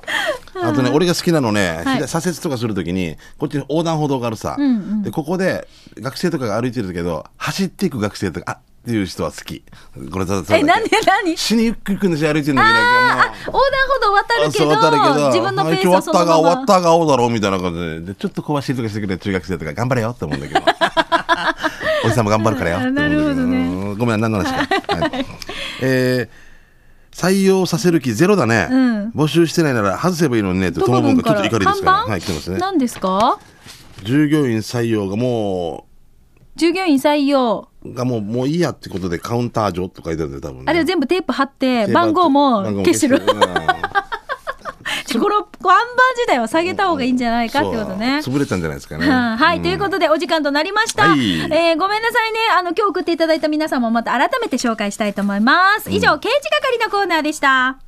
[SPEAKER 2] あとね、俺が好きなのね、
[SPEAKER 1] はい
[SPEAKER 2] 左左折とかするときに、こっちに横断歩道があるさ。
[SPEAKER 1] んう
[SPEAKER 2] で、ここで、学生とかが歩いてるけど、走っていく学生とか、あっていう人は好き。これ、ただ、
[SPEAKER 1] えなんで何
[SPEAKER 2] 死にゆっくりくんでし歩いてるんだけど、
[SPEAKER 1] あー
[SPEAKER 2] もう
[SPEAKER 1] あ横断歩道渡るけど
[SPEAKER 2] そう渡
[SPEAKER 1] 自分のペース
[SPEAKER 2] あ
[SPEAKER 1] は
[SPEAKER 2] 今日
[SPEAKER 1] そ
[SPEAKER 2] 終
[SPEAKER 1] の
[SPEAKER 2] わっ
[SPEAKER 1] ま
[SPEAKER 2] たが、
[SPEAKER 1] ま
[SPEAKER 2] 終わったが、おうだろうみたいな感じでで、ちょっと小走りとかしてくれる中学生とか、頑張れよって思うん だけど。おじさんも頑張るからよって思うんだけ
[SPEAKER 1] なるほどね
[SPEAKER 2] うんごめん、何の話か。はいえー採用させる気ゼロだね、
[SPEAKER 1] うん
[SPEAKER 2] 募集してないなら外せばいいのにねって
[SPEAKER 1] ど
[SPEAKER 2] 友
[SPEAKER 1] こ
[SPEAKER 2] 分
[SPEAKER 1] 分
[SPEAKER 2] がち
[SPEAKER 1] か
[SPEAKER 2] ょっと
[SPEAKER 1] ら
[SPEAKER 2] 怒りですか
[SPEAKER 1] 看
[SPEAKER 2] らね
[SPEAKER 1] 板、
[SPEAKER 2] はい来てますね
[SPEAKER 1] 何ですか
[SPEAKER 2] 従業員採用がも
[SPEAKER 1] 従業員採用
[SPEAKER 2] うがもうもういいやってことでカウンター上とか書いてあるんだよ多分ね、
[SPEAKER 1] あれを全部テープ貼って
[SPEAKER 2] 定
[SPEAKER 1] 番
[SPEAKER 2] 番と
[SPEAKER 1] 号も
[SPEAKER 2] 番号も
[SPEAKER 1] 消してる
[SPEAKER 2] うん
[SPEAKER 1] ち ょこの看板自体は下げた方がい いんじゃないかってことね。
[SPEAKER 2] そう潰れたんじゃないですかね、
[SPEAKER 1] はあはい、ということでお時間となりました、
[SPEAKER 2] はい
[SPEAKER 1] えーごめんなさいねあの今日送っていただいた皆さんもまた改めて紹介したいと思います以上、刑事係のコーナーでした